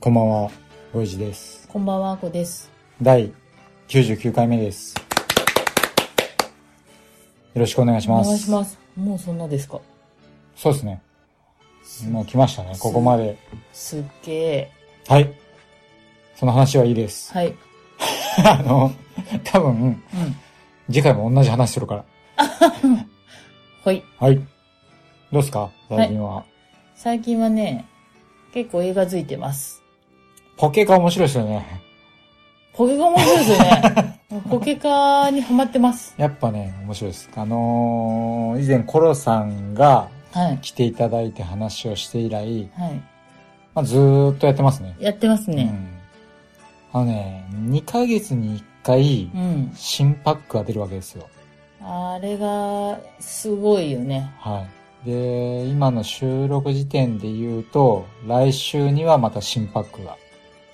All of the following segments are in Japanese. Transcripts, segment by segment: こんばんは、ゴイジです。こんばんはあこです第99回目です。よろしくお願いしおます。願いしますもうそんなですかそうですね。もう来ましたね、ここまで。すっげえはい。その話はいいです。はい あの、多分、うん次回も同じ話するから。はいはい。どうですか最近は。最近はね結構映画づいてますポケカ面白いですよね。ポケカ面白いですよねもう ポケカにハマってますやっぱね、面白いです。あのー以前コロさんがはい来ていただいて話をして以来、はいまあ、ずーっとやってますね。やってますねうん、あのね、2ヶ月に1回う、ん新パックが出るわけですよ。あれが、すごいよね。はい。で、今の収録時点で言うと、来週にはまた新パックが。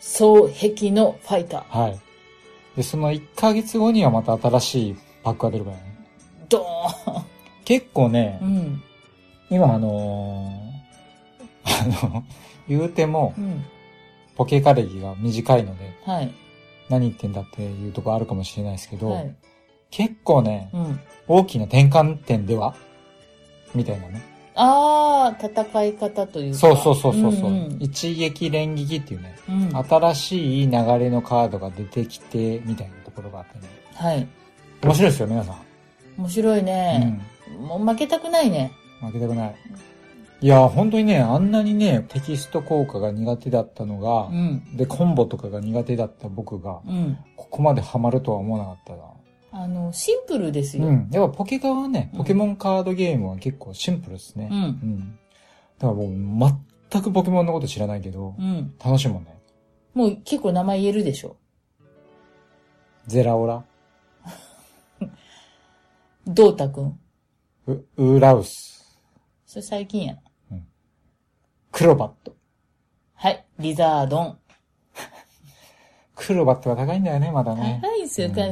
双壁のファイター。はい。で、その1ヶ月後にはまた新しいパックが出るからね。ド結構ねー、ンうん。今あのー、あの、言うてもう、ん。ポケカ歴が短いので、はい。何言ってんだっていうとこあるかもしれないですけど、はい。結構ね、うん。大きな転換点ではみたいなね。あー、戦い方というか。そうそうそうそうそう、うんうん一撃連撃っていうね、うん新しい流れのカードが出てきて、みたいなところがあってね。はい。面白いですよ、皆さん。面白いね。もう負けたくないね。うん。負けたくない。いや、本当にね、あんなにね、テキスト効果が苦手だったのがう、ん。で、コンボとかが苦手だった僕が、うん。ここまでハマるとは思わなかったな。あの、シンプルですうよ。ん。やっぱポケカはねう、んポケモンカードゲームは結構シンプルですね。うんうん。だからもう全くポケモンのこと知らないけどう、ん。楽しいもんね。もう結構名前言えるでしょ。ゼラオラ、ドータくん。ウ、ウーラウス、それ最近や。クロバット。はい。リザードン。クロバットが高いんだよね、まだね。高いんですよ。うんカ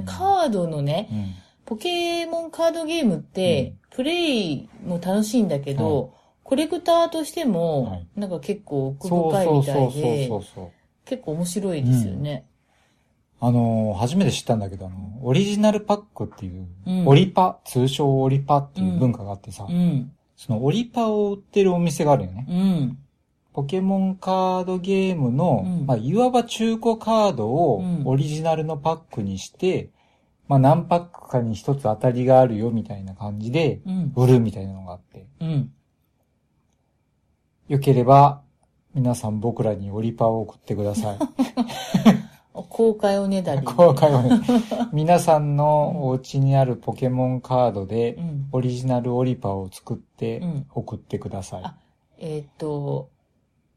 ードのね、うん。ポケモンカードゲームって、プレイも楽しいんだけど、コレクターとしてはもい、なんか結構奥そう深いそうみたそいうそうそでう、そう。結構面白いですよね。あのー初めて知ったんだけど、あの、オリジナルパックっていう、うんオリパ、通称オリパっていう文化があってさ、うん、そのオリパを売ってるお店があるよね。うん、ポケモンカードゲームの、うんまあ、いわば中古カードをうんオリジナルのパックにして、まあ、何パックかに一つ当たりがあるよみたいな感じで、うん、売るみたいなのがあって。うん。よければ、皆さん僕らにオリパを送ってく ださい。公開おねだり。公開をね。皆さんのお家にあるポケモンカードうで、ん。オリジナルオリパを作ってうん送ってください。あえっ、と、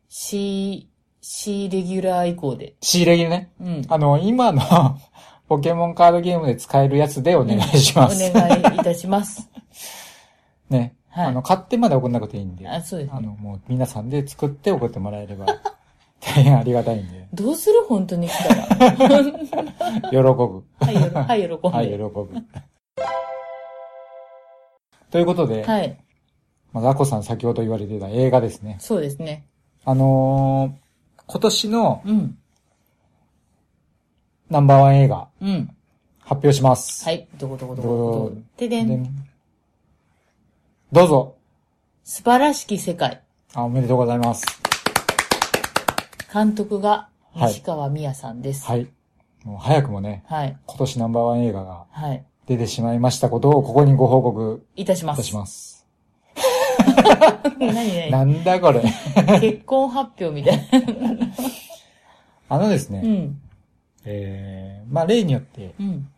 C、C レギュラー以降で。仕入れ切ね。うん。あの、今の ポケモンカードゲームで使えるやつでお願いしおます。願いいたし ます。ね。はいあの、買ってまで送んなくていいんで。ああそうですねの、もう皆さんで作って送ってもらえれば、 大変ありがたいんで。どうする本当に来たら。喜ぶ。はい、よろはい、喜んで。はい、 喜ぶ。ということで、はい、まあ、ザコさん先ほど言われてた映画ですね。そうですね。あのー今年のうん、ナンバーワン映画うん。発表します。はい、どこどこどこどどここ。でででん。どうぞ素晴らしき世界。あ。おめでとうございます。監督がはい西川美也さんです。はい。もう早くもね、はい。今年ナンバーワン映画がはい。出てしまいましたことをここにご報告いたしまいす。たします。 何何なんだこれ。結婚発表みたいな。あのですね、うん。えー、まあ例によってうん。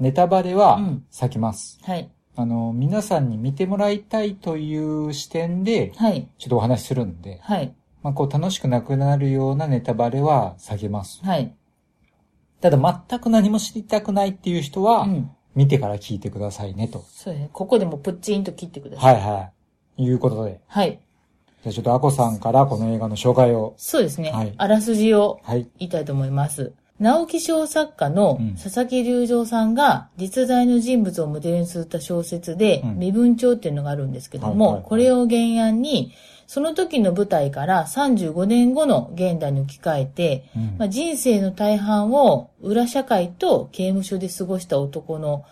ネタバレはうん避けます。はい。あの、皆さんに見てもらいたいという視点で、はい。ちょっとお話しするんで、はい。まあ、こう楽しくなくなるようなネタバレは下げます。はい。ただ全く何も知りたくないっていう人は、うん。見てから聞いてくださいねと。そうですね。ここでもプッチンと切ってください。はいはい。いうことで。はい。じゃあちょっとアコさんからこの映画の紹介を。そうですね。はいあらすじをはい。言いたいと思います。直木賞作家のうん佐々木隆三さんが実在の人物をモデルにすった小説でうん、身分帳っていうのがあるんですけどはいはいもは、いこれを原案に、その時の舞台から35年後の現代に置き換えて、うんまあ、人生の大半を裏社会と刑務所で過ごした男の、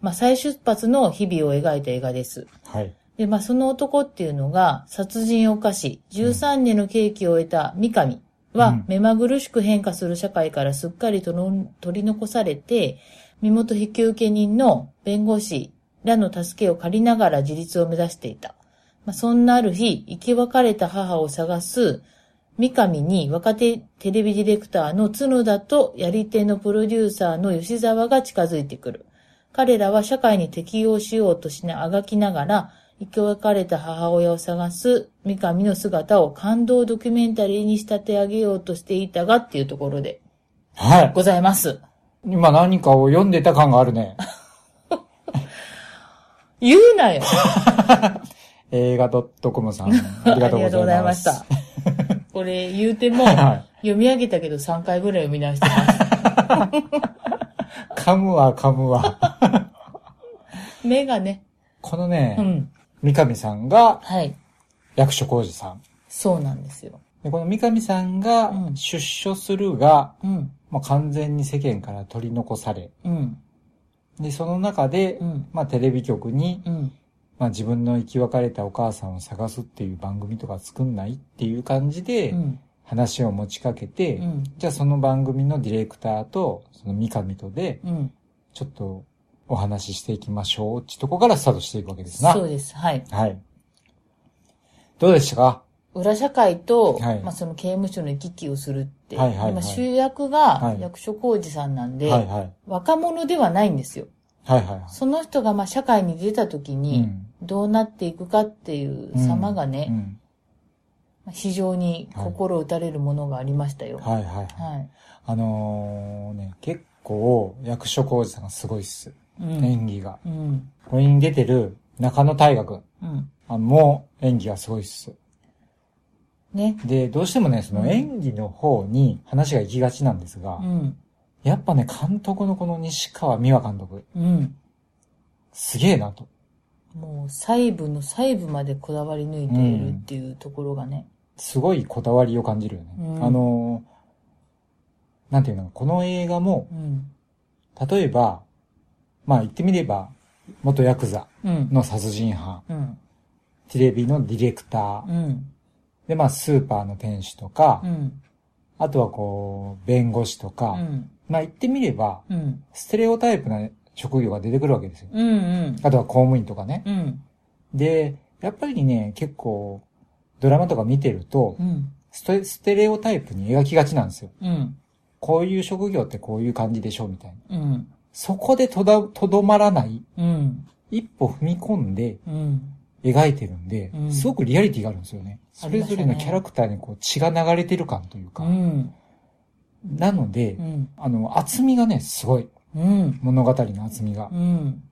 まあ、再出発の日々を描いた映画です。はい。で、まあ、その男っていうのが、殺人を犯し、13年の刑期を終えた三上は、うん目まぐるしく変化する社会からすっかりとの取り残されて、身元引受人の弁護士らの助けを借りながら自立を目指していた。まあ、そんなある日、生き別れた母を探す、三上に若手テレビディレクターの角田とやり手のプロデューサーの吉沢が近づいてくる。彼らは社会に適応しようとしなあがきながら、生き別れた母親を探す三上の姿を感動ドキュメンタリーに仕立て上げようとしていたがっていうところではい。ございます。今何かを読んでた感があるね。言うなよ映画 .com さん、ありがとあうございます。りがとうございました。これ言うても、はい読み上げたけど3回ぐらい読み直してま噛むわ、噛むわ。す。 目がね、このね、うん。三上さんがはい。役所広司さん。そうなんですよ。でこの三上さんがうん出所するが、うん。もう完全に世間から取り残され、うん。で、その中で、うん。まあテレビ局に、うん。まあ自分の生き別れたお母さんを探すっていう番組とか作んないっていう感じでうん。話を持ちかけて、うん。じゃあその番組のディレクターと、その三上とで、うん。ちょっとお話ししていきましょうってとこからスタートしていくわけですな。そうです。はい。はい。どうでしたか裏社会と、はいまあ、その刑務所の行き来をするって、はいはいはい今主役はがい役所広司さんなんはで、いはい。はい若者ではないんですよ。はいはその人がまあ社会に出た時い。に、どうなっていくかっていううん様がね、うんまあ非常に心打たれるものがありましたよ。ははいはいはい。い。あのー、ね、結構役所広司さんがすごいっす。うん。演技が。うん。これに出てる中野大河君うん。あもう演技がすごいっす。ね。で、どうしてもね、その演技の方に話が行きがちなんですがう、ん。やっぱね、監督のこの西川美和監督、うん。すげえなと。もう細部の細部までこだわり抜いているっていうところがね。すごいこだわりを感じるよね。うんあのー、なんていうの、この映画も、うん。例えば、まあ言ってみれば、元ヤクザうん。の殺人犯、うん。テレビのディレクター、うん。で、まあスーパーの店主とか、うん。あとはこう、弁護士とか、うん。まあ言ってみれば、うん。ステレオタイプな職業が出てくるわけですよ。うんうん。あとは公務員とかね。うん。で、やっぱりね、結構、ドラマとか見てるとう、ん。ステステレオタイプに描きがちなんですよ。うん。こういう職業ってこういう感じでしょ、みたいな。うん。そこでとだ、とどまらない、うん。一歩踏み込んでうん。描いてるんで、うんすごくリアリティがあるんですよね。あそりれましたねぞれのキャラクターにこう血が流れてる感といううか。ん。なので、うん。あの、厚みがね、すごい。うん。物語の厚みがう。ん。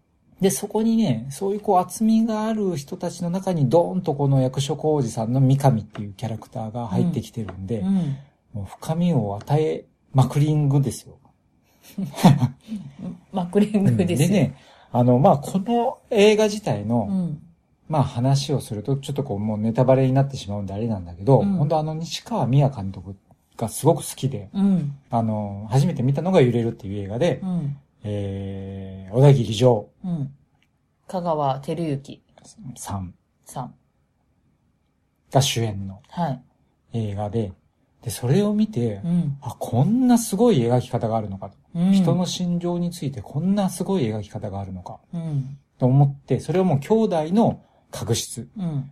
で、そこにね、そういうこう厚みがある人たちの中にドーンとこの役所広司さんの三上っていうキャラクターが入ってきてるんで、うん。もう深みを与えまくりんぐですよ。マクリング です。で。ね、あの、まあ、この映画自体の、うん。まあ話をすると、ちょっとこうもうネタバレになってしまうんであれなんだけど、うん本当あの西川美也監督がすごく好きで、うん。あの、初めて見たのが揺れるっていう映画で、うん。えー、小田切城うん。香川照之さんさん。が主演のはい。映画で、で、それを見て、うん。あ、こんなすごい描き方があるのかと。うん。人の。心情についてこんなすごい描き方があるのか。うん。と思って、それをもう兄弟の確執。うん。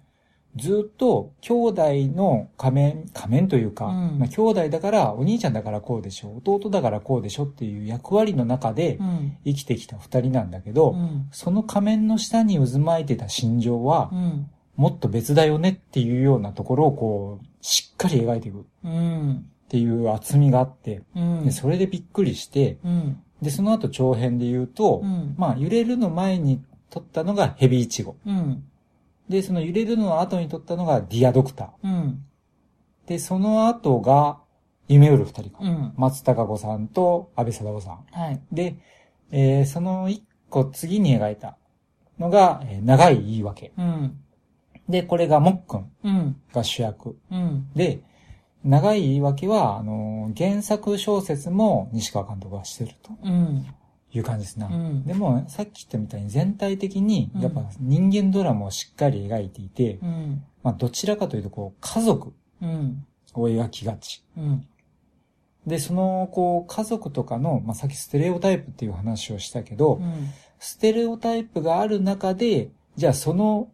ずっと兄弟の仮面、仮面というか、うんまあ兄弟だから、お兄ちゃんだからこうでしょ、弟だからこうでしょっていう役割の中でうん。生きてきた二人なんだけど、うん。その仮面の下に渦巻いてた心情はう、ん。もっと別だよねっていうようなところをこう、しっかり描いていくっうん。ていう厚みがあって、うんで、。それでびっくりして、うん。で、その後長編で言うと、うん。まあ、揺れるの前に撮ったのがヘビイチゴ。うん。で、その揺れるの後に撮ったのがディアドクター。うん。で、その後が、夢うる二人か。うん。松たか子さんと安倍貞夫さん。はい。で、えーその一個次に描いたのが、えー長い言い訳。うん。で、これがもっくんうん。が主役。うん。で、長い言い訳は、あのー原作小説も西川監督がしてるとうん。いう感じですな。うんでも、さっき言ったみたいに全体的にう、んやっぱ人間ドラマをしっかり描いていて、うん。まあ、どちらかというと、こう、家族うん。を描きがち。うん。で、その、こう、家族とかの、まあ、さっきステレオタイプっていう話をしたけど、うん。ステレオタイプがある中で、じゃあその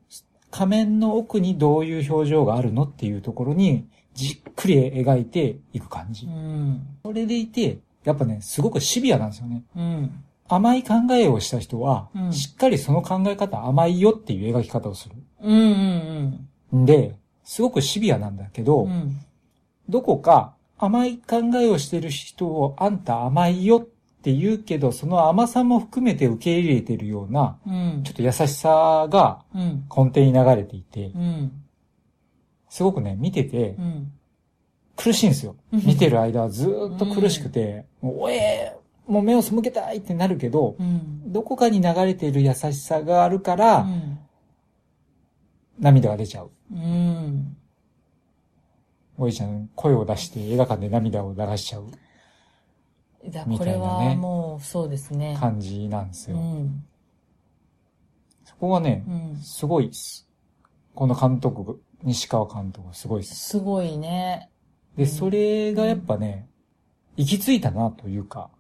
仮面の奥にどういう表情があるのっていうところに、じっくり描いていく感じ。うん。それでいて、やっぱね、すごくシビアなんですよね。うん。甘い考えをした人は、うんしっかりその考え方甘いよっていう描き方をする。うん。うん。んで、すごくシビアなんだけど、うん。どこか甘い考えをしてる人をあんた甘いよって言うけど、その甘さも含めて受け入れてるような、うんちょ。っと優しさがうん。根底に流れていて、うん。すごくね、見ててうん。苦しいんですよ。うん見てる間はずーっと苦しくて、もうおえーもう目を背けたいってなるけど、うん。どこかに流れている優しさがあるから、涙が出ちゃう。うん。おいちゃん、声を出して映画館で涙を流しちゃうだみこたれいなねはもう、そうですね。感じなんですうよ。ん。そこがねう、ん。すごいっす。この監督、西川監督、すごいっす。すごいね。うで、んそれがやっぱね、行き着いたなというか、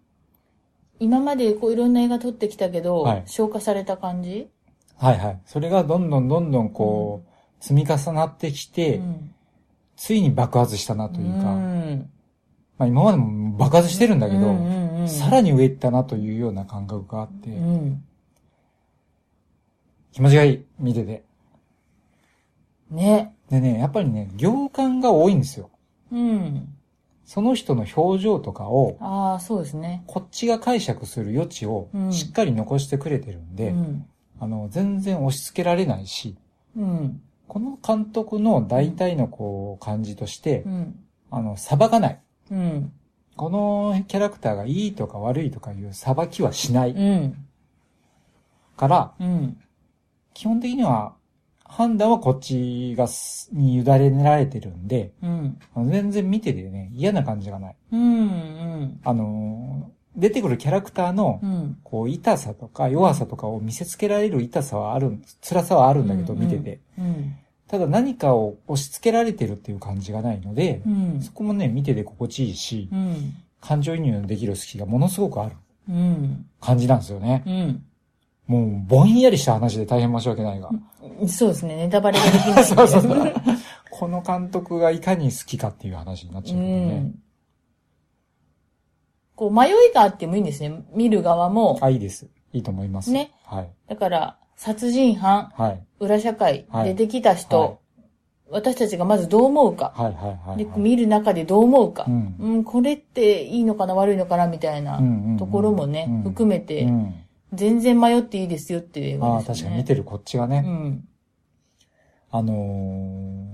今までこういろんな映画撮ってきたけど、はい消化された感じはいはい。それがどんどんどんどんこう、積み重なってきうて、ん。ついに爆発したなというか、うん。まあ今までも爆発してるんだけど、うんうんうん、さらに上行ったなというような感覚があって、うん。気持ちがいい、見てて。ね。でね、やっぱりね、行間が多いんですよ。うん。その人の表情とかを、ああ、そうですね。こっちが解釈する余地をうんしっかり残してくれてるんで、うん。あの、全然押し付けられないし、うん。この監督の大体のこう感じとしてう、ん。あの、裁かない。うん。このキャラクターがいいとか悪いとかいう裁きはしなういん。から、うん。基本的には判断はこっちがす、に委ねられてるんで、うん。あの全然見ててね、嫌な感じがない。うん。あのー出てくるキャラクターのう、ん。こう、痛さとか弱さとかを見せつけられる痛さはある、辛さはあるんだけど、うんうん見てて。うん。ただ何かを押し付けられてるっていう感じがないのでう、ん。そこもね、見てて心地いいしう、ん。感情移入できる隙がものすごくあるうん。感じなんですよね。うもう、ぼんやりした話で大変申し訳ないが。ん。そうですね。ネタバレができない。そうそうそう。この監督がいかに好きかっていう話になっちゃううけどね。ん。こう、迷いがあってもいいんですね。見る側も。あ、いいです。いいと思います。ね。はい。だから、殺人犯、はい。裏社会、はい出てきた人、はい私たちがまずどう思うか。はいはいはい、はい。で、見る中でどう思うかう。んうん、これっていいのかな、悪いのかな、みたいなうんうんうんところもね、うん含めて、うん。全然迷っていいですよっていう映あ画あ、で確すかよにね。見てるこっちがね。うん。あの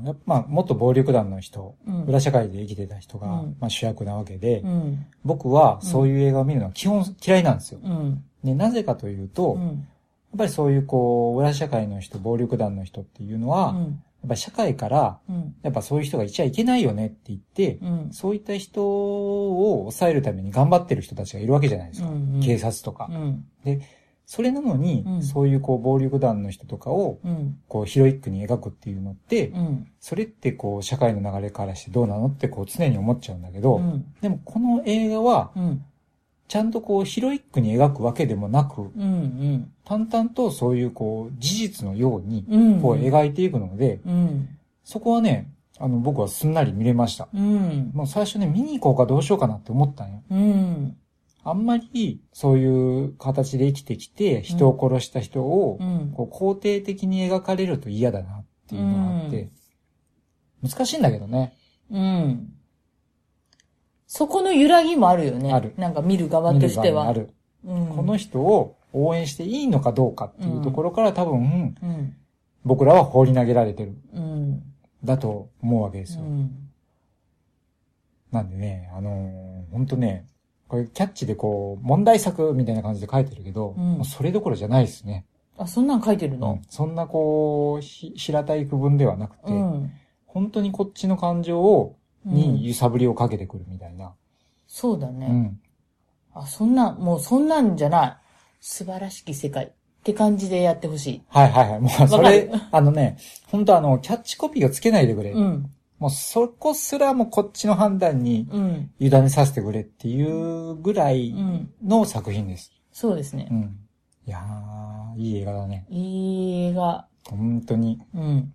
ーやっぱ、まあ、元暴力団の人、うん裏社会で生きてた人が、うんまあ、主役なわけで、うん。僕はそういう映画を見るのは基本嫌いなんですよ。うん。で、なぜかというと、うやっん。ぱりそういうこう、裏社会の人、暴力団の人っていうのは、うやっん。ぱり社会から、うん。やっぱそういう人がいちゃいけないよねって言って、うん。そういった人を抑えるために頑張ってる人たちがいるわけじゃないですか。うん警察とか。うん。それなのに、うんそういうこう暴力団の人とかを、うん。こうヒロイックに描くっていうのって、うん。それってこう社会の流れからしてどうなのってこう常に思っちゃうんだけど、うん。でもこの映画は、うん。ちゃんとこうヒロイックに描くわけでもなうく、ん。淡々とそういうこう事実のように、うん。こう描いていくので、うん。そこはね、あの僕はすんなり見れました。うん。もう最初ね、見に行こうかどうしようかなって思ったんよ。うん。あんまり、そういう形で生きてきて、人を殺した人をう、ん。こう肯定的に描かれると嫌だなっっていうのがあって、難しいんだけどね。うん。そこの揺らぎもあるよね。あるなんか見る側としては。見るう側ん。にある。この人を応援していいのかどうかっていうところから多分、うん。僕らは放り投げられてる、うん。だと思うわけでうすよ。ん。なんでね、あのー、ほんとね、これキャッチでこう、問題作みたいな感じで書いてるけど、うんもうそれどころじゃないですね。あ、そんなん書いてるのそんなこう、ひ平たい区分ではなくうて、ん。本当にこっちの感情を、うんに揺さぶりをかけてくるみたいな。そうだうね。ん。あ、そんな、もうそんなんじゃない。素晴らしき世界って感じでやってほしい。はいはいはい。もうそわかれる、あのね、本当あの、キャッチコピーをつけないでくれ。うん。もうそこすらもこっちの判断にうん。委ねさせてくれっていうぐらういん。の作品です。そうですねう。ん。いやー、いい映画だね。いい映画。本当に。うん。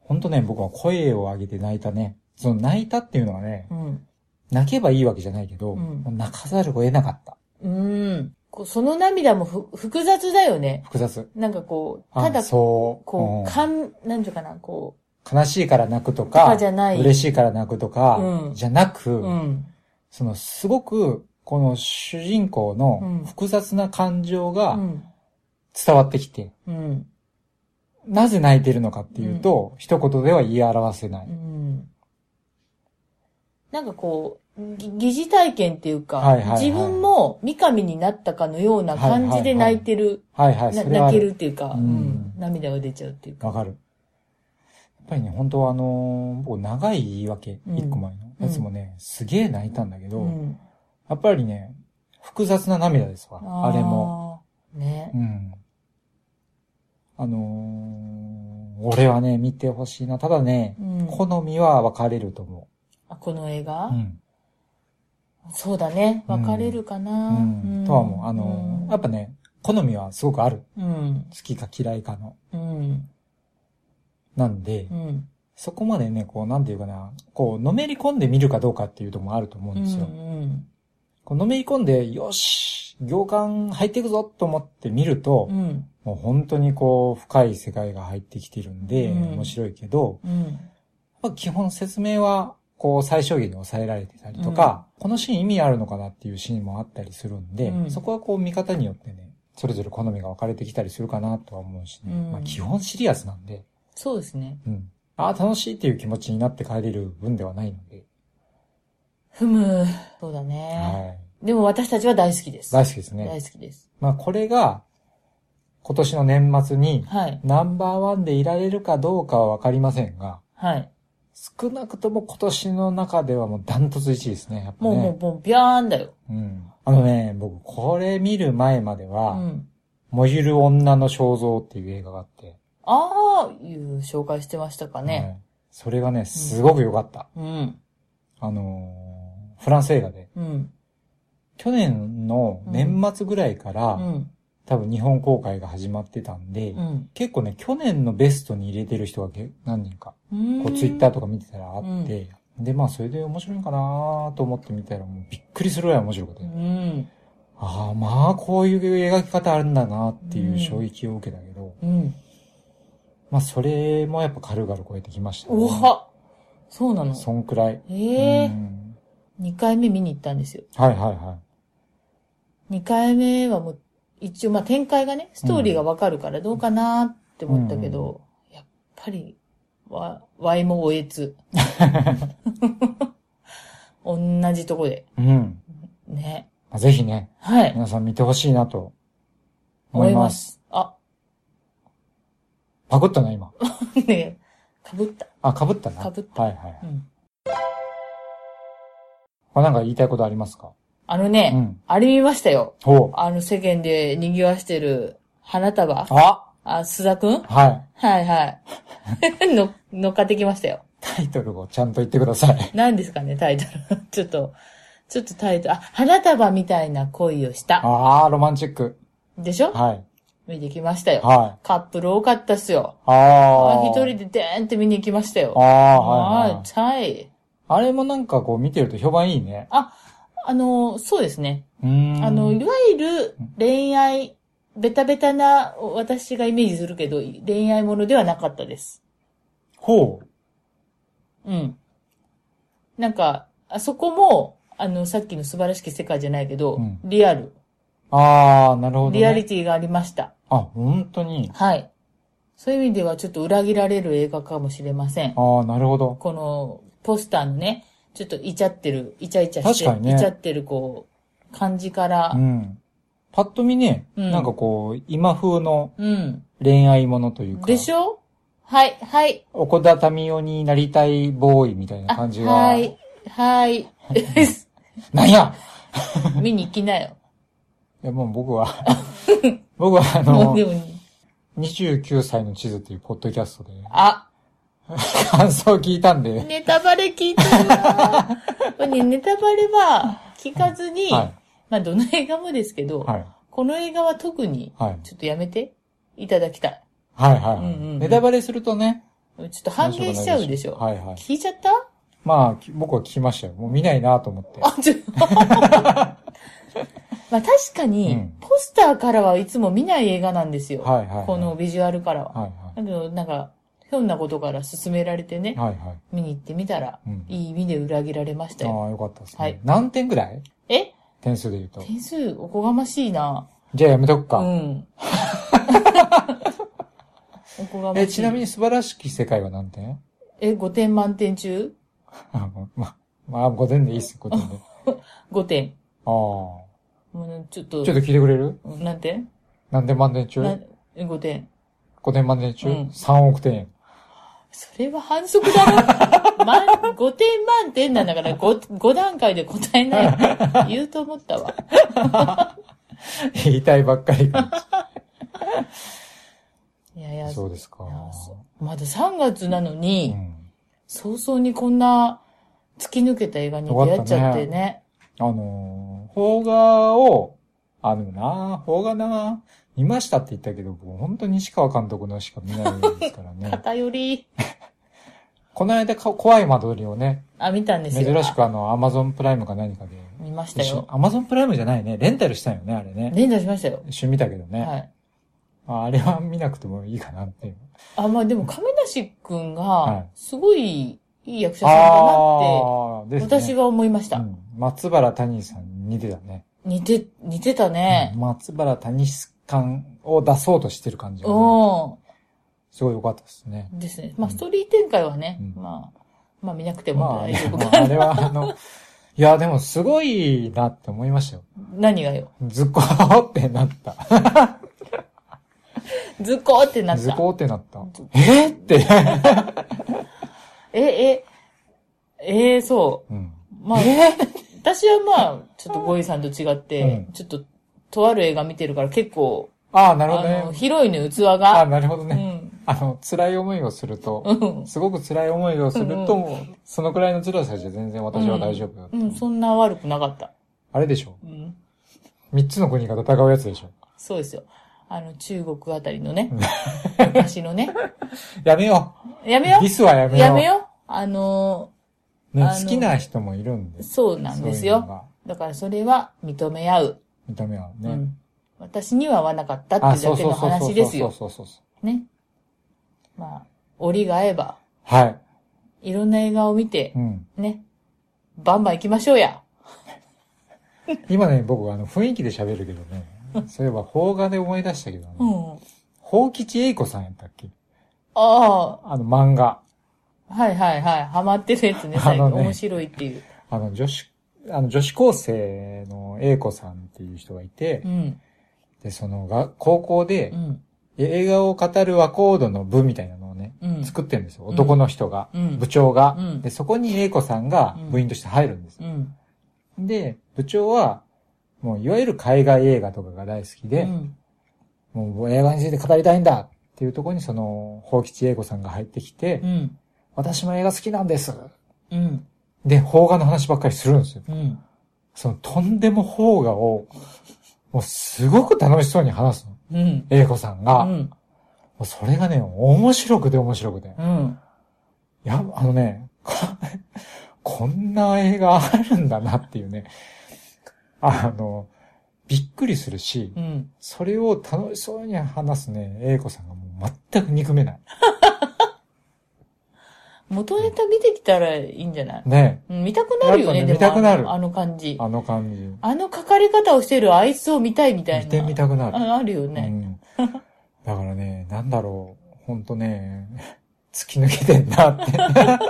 本当ね、僕は声を上げて泣いたね。その泣いたっていうのはねう、ん。泣けばいいわけじゃないけど、うんもう泣かざるを得なかった。うん。こうその涙もふ複雑だよね。複雑。なんかこう、あただ、そう。こうんう、かん、なんていうかな、こ悲しいから泣くととか、かじゃない嬉しいから泣くとか、うんじゃなく、う。うん。そのすごく、この主人公うんの複雑な感情うがん。伝わってきて、うん。なぜ泣いてるのかっていうと、一言では言い表せない。うんなんかこう、ぎ疑似体験っていうか、はいはいはい自分も三上になったかのような感じで泣いてる、はいはい、それなはあ泣けるるっていうか、ううんん涙が出ちゃうっていうか。わかる。やっぱりね、本当はあのー僕長い言い訳、うん一、個前のやつもね、すげえ泣いたんだけど、うんやっぱりね、複雑な涙ですわ、あれも。。ーねう。ん。あのー俺はね、見てほしいな。ただね、うん好みは分かれると思あこの映画、う。うん。そうだね。分かれるかな。うん。とはもう、あのーやっぱね、好みはすごくある。うん。好きか嫌いかの。うん。なんで、うん。そこまでね、こう、なんていうかな、こう、のめり込んで見るかどうかっていうのもあると思ううんん。ですよ。うん。こうのめり込んで、よし、行間入っていくぞと思って見ると、うん。もう本当にこう、深い世界が入ってきてるんで、うん面白いけど、うん。まあ、基本説明は、こう、最小限に抑えられてたりとか、このシーン意味あるのかなっていうシーンもあったりするんで、うんそこはこう、見方によってね、それぞれ好みが分かれてきたりするかなとは思うしね。うんまあ、基本シリアスなんで、そうですね。うん。ああ、楽しいっていう気持ちになって帰れる分ではないので、ふむ。そうだね。はい。でも私たちは大好きです。大好きです大ね。好きです。まあ、これが、今年の年末に、はい。ナンバーワンでいられるかどうかは分かりませんが、はい。少なくとも今年の中ではもうダントツ1位ですね。やっぱもねう、もう、もう、ビャーンだよ。うんあのね、僕、これ見る前までうは、ん。燃ゆる女の肖像っていう映画があって、ああ、いう紹介してましたかね。はいそれがね、すごく良かった。うん。あのーフランス映画で。うん。去年の年末ぐらいから、うん。多分日本公開が始まってたんで、うん。結構ね、去年のベストに入れてる人がけ何人か、うんこうツイッターとか見てたらあって、で、まあそれで面白いんかなと思って見たら、もうびっくりするぐらい面白くて、うん。ああ、まあこういう描き方あるんだなっていう衝撃を受けたけど、うん。まあ、それもやっぱ軽々超えてきました、うわそうなのそんくらい。えうえん二回目見に行ったんですよ。はいはいは二回目はもう、一応、まあ、展開がね、ストーリーがわかるからどうかなって思ったけど、やっぱり、わ、わいもおえつ。同じとこで。い。うん。ね。まあぜひね、はい。皆さん見てほしいなと思思いいま。ますす。あ、パクったな、今。ねかぶった。あ、被ったな。被ったはいはいはい。うん。あなんか言いたいことありますかあのうね、ん。あれ見ましたよ。ほう。あの世間で賑わしてる花束。ああ、須田くんはい。はいはい。 の、乗っかってきましたよ。タイトルをちゃんと言ってください。何ですかね、タイトル。 ちょっと、ちょっとタイトル。あ、花束みたいな恋をした。ああ、ロマンチック。でしょはい。見てきましたよ。はい。カップル多かったっすよ。あああ。一人ででーんって見に行きましたあよ。あ、はい、はい。あはい、はい。あれもなんかこう見てると評判いいね。あの、そうですね。うーん。あの、いわゆる恋愛、ベタベタな私がイメージするけど、恋愛ものではなかったです。ほう。うん。なんか、あそこも、あの、さっきの素晴らしき世界じゃないけど、うんリアル。ああ、なるほど、ね。リアリティがありました。あ、本当に。はい。そういう意味ではちょっと裏切られる映画かもしれません。ああ、なるほど。このポスターのね、ちょっとイチャってる、イチャイチャして、確かにねイチャってるこう、感じからう、ん。パッと見ね、うんなんかこう、今風のうん。恋愛ものというか、でしょはい、はい。奥田民生になりたいボーイみたいなあ感じが、はい、はい。 なんや見に行きなよ。いや、もう 僕は、僕はあものうで、も、 29歳の地図っていうポッドキャストで、あ、感想を聞いたんで、ネタバレ聞いてる なこれねネタバレは聞かずに、はまあどの映画もですけど、い、はい、この映画は特に、はい、ちょっとやめていただきたい。はい、はいはい、うんうんうんネタバレするとね、ちょっと半減しちゃうでしょ。はい、はい。聞いちゃったまあ、き僕は聞きましたよ。もう見ないなと思って。あ、ちょ まあ確かに、うんポスターからはいつも見ない映画なんですよ。はい、はいはい。このビジュアルからは。はい、はだけど、なんか、ひょんなことから勧められてね、い。はい、はい。見に行ってみたら、うんいい意味で裏切られましたよ。ああ、よかったですね。はい何点ぐらいえ点数で言うと。点数おこがましいな。じゃあやめとくうか。 ん。おこがましい。え、ちなみに素晴らしき世界は何点え、5点満点中あのま、まあ、5点でいいっす、5点で。あ ?5 点。あ。ちょもうちょっと、っと聞いてくれるうん何点何点満点中な ?5 点。 ?5 点満点中、うん ?3 億点。それは反則だろ、 ま、?5 点満点なんだから 5, 5段階で答えない。 言うと思ったわ。言いたいばっかりが。いやいや、そうですか。いやそうまだ3月なのに、うん早々にこんな突き抜けた映画に出会っちゃってね。あのー、邦画を、あのな、邦画な、見ましたって言ったけど、僕、本当に西川監督のしか見ないですから ね。偏り。この間か、怖い間取りをね、あ、見たんです珍よ。しくあの、アマゾンプライムか何かで、見ましたよ。アマゾンプライムじゃないね。レンタルしたよね、あれね。連打しましたよ。一瞬見たけどね。はい。ああれは見なくてもいいかなっていう。あ、まあでも亀梨くんはがい、すごいいい役者さんだなっああー、て、ですね。私は思いました。うん、松原谷さんに似てたね。似て、似てたねうん。松原谷感を出そうとしてる感じがね、うすごい良かったですね。ん。ですね。まうあんストーリー展開はね、うんまあ、まあ見なくてまもあ、あ大れ丈夫 まかああな。れはあの、いや、でもすごいなって思いましたよ。何がよ。ズコーってなった。ズコーってなっズた。コーってなった。えーって。え、え、えー、そう。うん。まあ、私はまあ、ちょっとゴイさんと違って、うんちょっと、とある映画見てるから結構、ああ、なるほあどの、ね。広いの器ああ、が、なるほどうね。ん。あの、辛い思いをすると、うんすごく辛い思いをすると、うそのくらいの辛さじゃ全然私は大丈夫よ、うん、そんな悪くなかった。あれでしょうん。三つの国が戦うやつでしょそうですよ。あの、中国あたりのね、昔のね。やめよやめようリスは やめようやめよあのね、あの好きな人もいるんでー、す。そうなんですよ。だからそれは認め合う。そういうのが。認めはね。うん。私には合わなかったってあ、だそうけそうのそうそう話ですそうよ。そうそうそう。ね。まあ、折が合えば、はい。いろんな映画を見てう、ん。ね。バンバン行きましょうや。今ね、僕、あの、雰囲気で喋るけどね。そういえば、邦画で思い出したけどね。うん。宝吉英子さんやったっけああの、漫画。あ、はいはいはい。ハマってるやつね、最あ近。のね面白いっていう。あの、女子、あの、女子高生の英子さんっていう人がいて、うん。で、その、が、高校でう、ん。映画を語る和コードの部みたいなのをね、うん。作ってるんですよ。うん男の人が、うん部長が、うんで、そこに英子さんがうん部員として入るんですよ。うん。で、部長は、もういわゆる海外映画とかが大好きで、うんもう映画について語りたいんだっていうところにその、宝吉英子さんが入ってきて、うん。私も映画好きなんです。うん。で、邦画の話ばっかりするんですよ。うん。その、とんでも邦画を、もうすごく楽しそうに話すの。うん。英子さんが。うもん。うそれがね、面白くて面白くて。うん。いや、あのね、 ここんな映画あるんだなっていうね。あの、びっくりするし、うん。それを楽しそうに話すね、英子さんがもう全く憎めない。元ネタ見てきたらいいんじゃないねうん見たくなるよね、やでっぱねも。見たくなあるのあの感じ。あの感じ。あの書かれ方をしてるあいつを見たいみたいな。見てみたくなる。ああるよね。うん。だからね、なんだろう。ほんとね、突き抜けてんなって。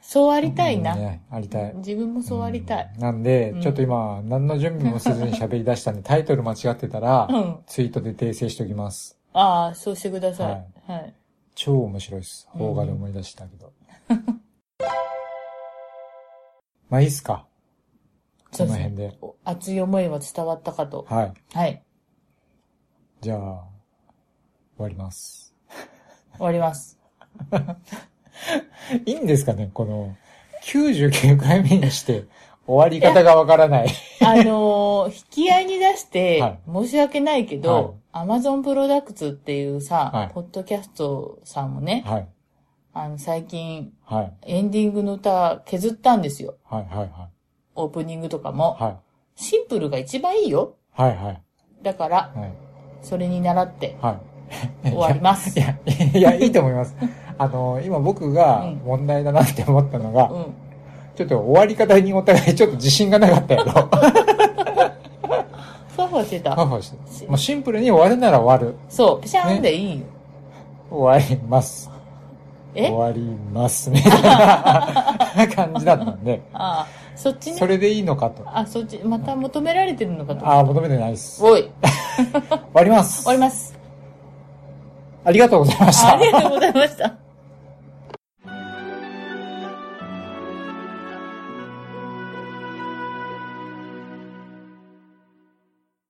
そうありたいな。うんねありたい。自分もそうありたい。うん。なんでう、んちょっと今、何の準備もせずに喋り出したんで、タイトル間違ってたらう、ん。ツイートで訂正しておきます。ああ、そうしてください。はい。超面白いです。邦画で思い出した けど。まあいいっすか。そうこのです辺ね。で。お熱い思いは伝わったかと。はい。はい。じゃあ、終わります。終わり ます。いいんですかねこの、99回目にして、終わり方がわからない。あのー引き合いに出して、はい申し訳ないけど、Amazon プロダクツっていうさ、はいポッドキャストさんもね、 はい。あの、最近、はい。エンディングの歌削ったんですよ。はい。はい。はい。オープニングとかも。はい。シンプルが一番いいよ。はい。はい。だから、はい。それに習っては終わります。い。いや、いや、いいと思います。あの、今僕がうん問題だなって思ったのが、うん。ちょっと終わり方にお互いちょっと自信がなかったやろ。 ふわふわしてハ た。フハして。もうシンプルに終わるなら終わる。そう、ピシャーンでいいよ。終わります。終えわります。みたい な感じだったんで、ああ、そっちそね。れでいいのかと。あ、そっち、また求められてるのかと。ああ、求めてないです。終おい、終わります。わります。 ありがとうございましたあ。りがとうございました。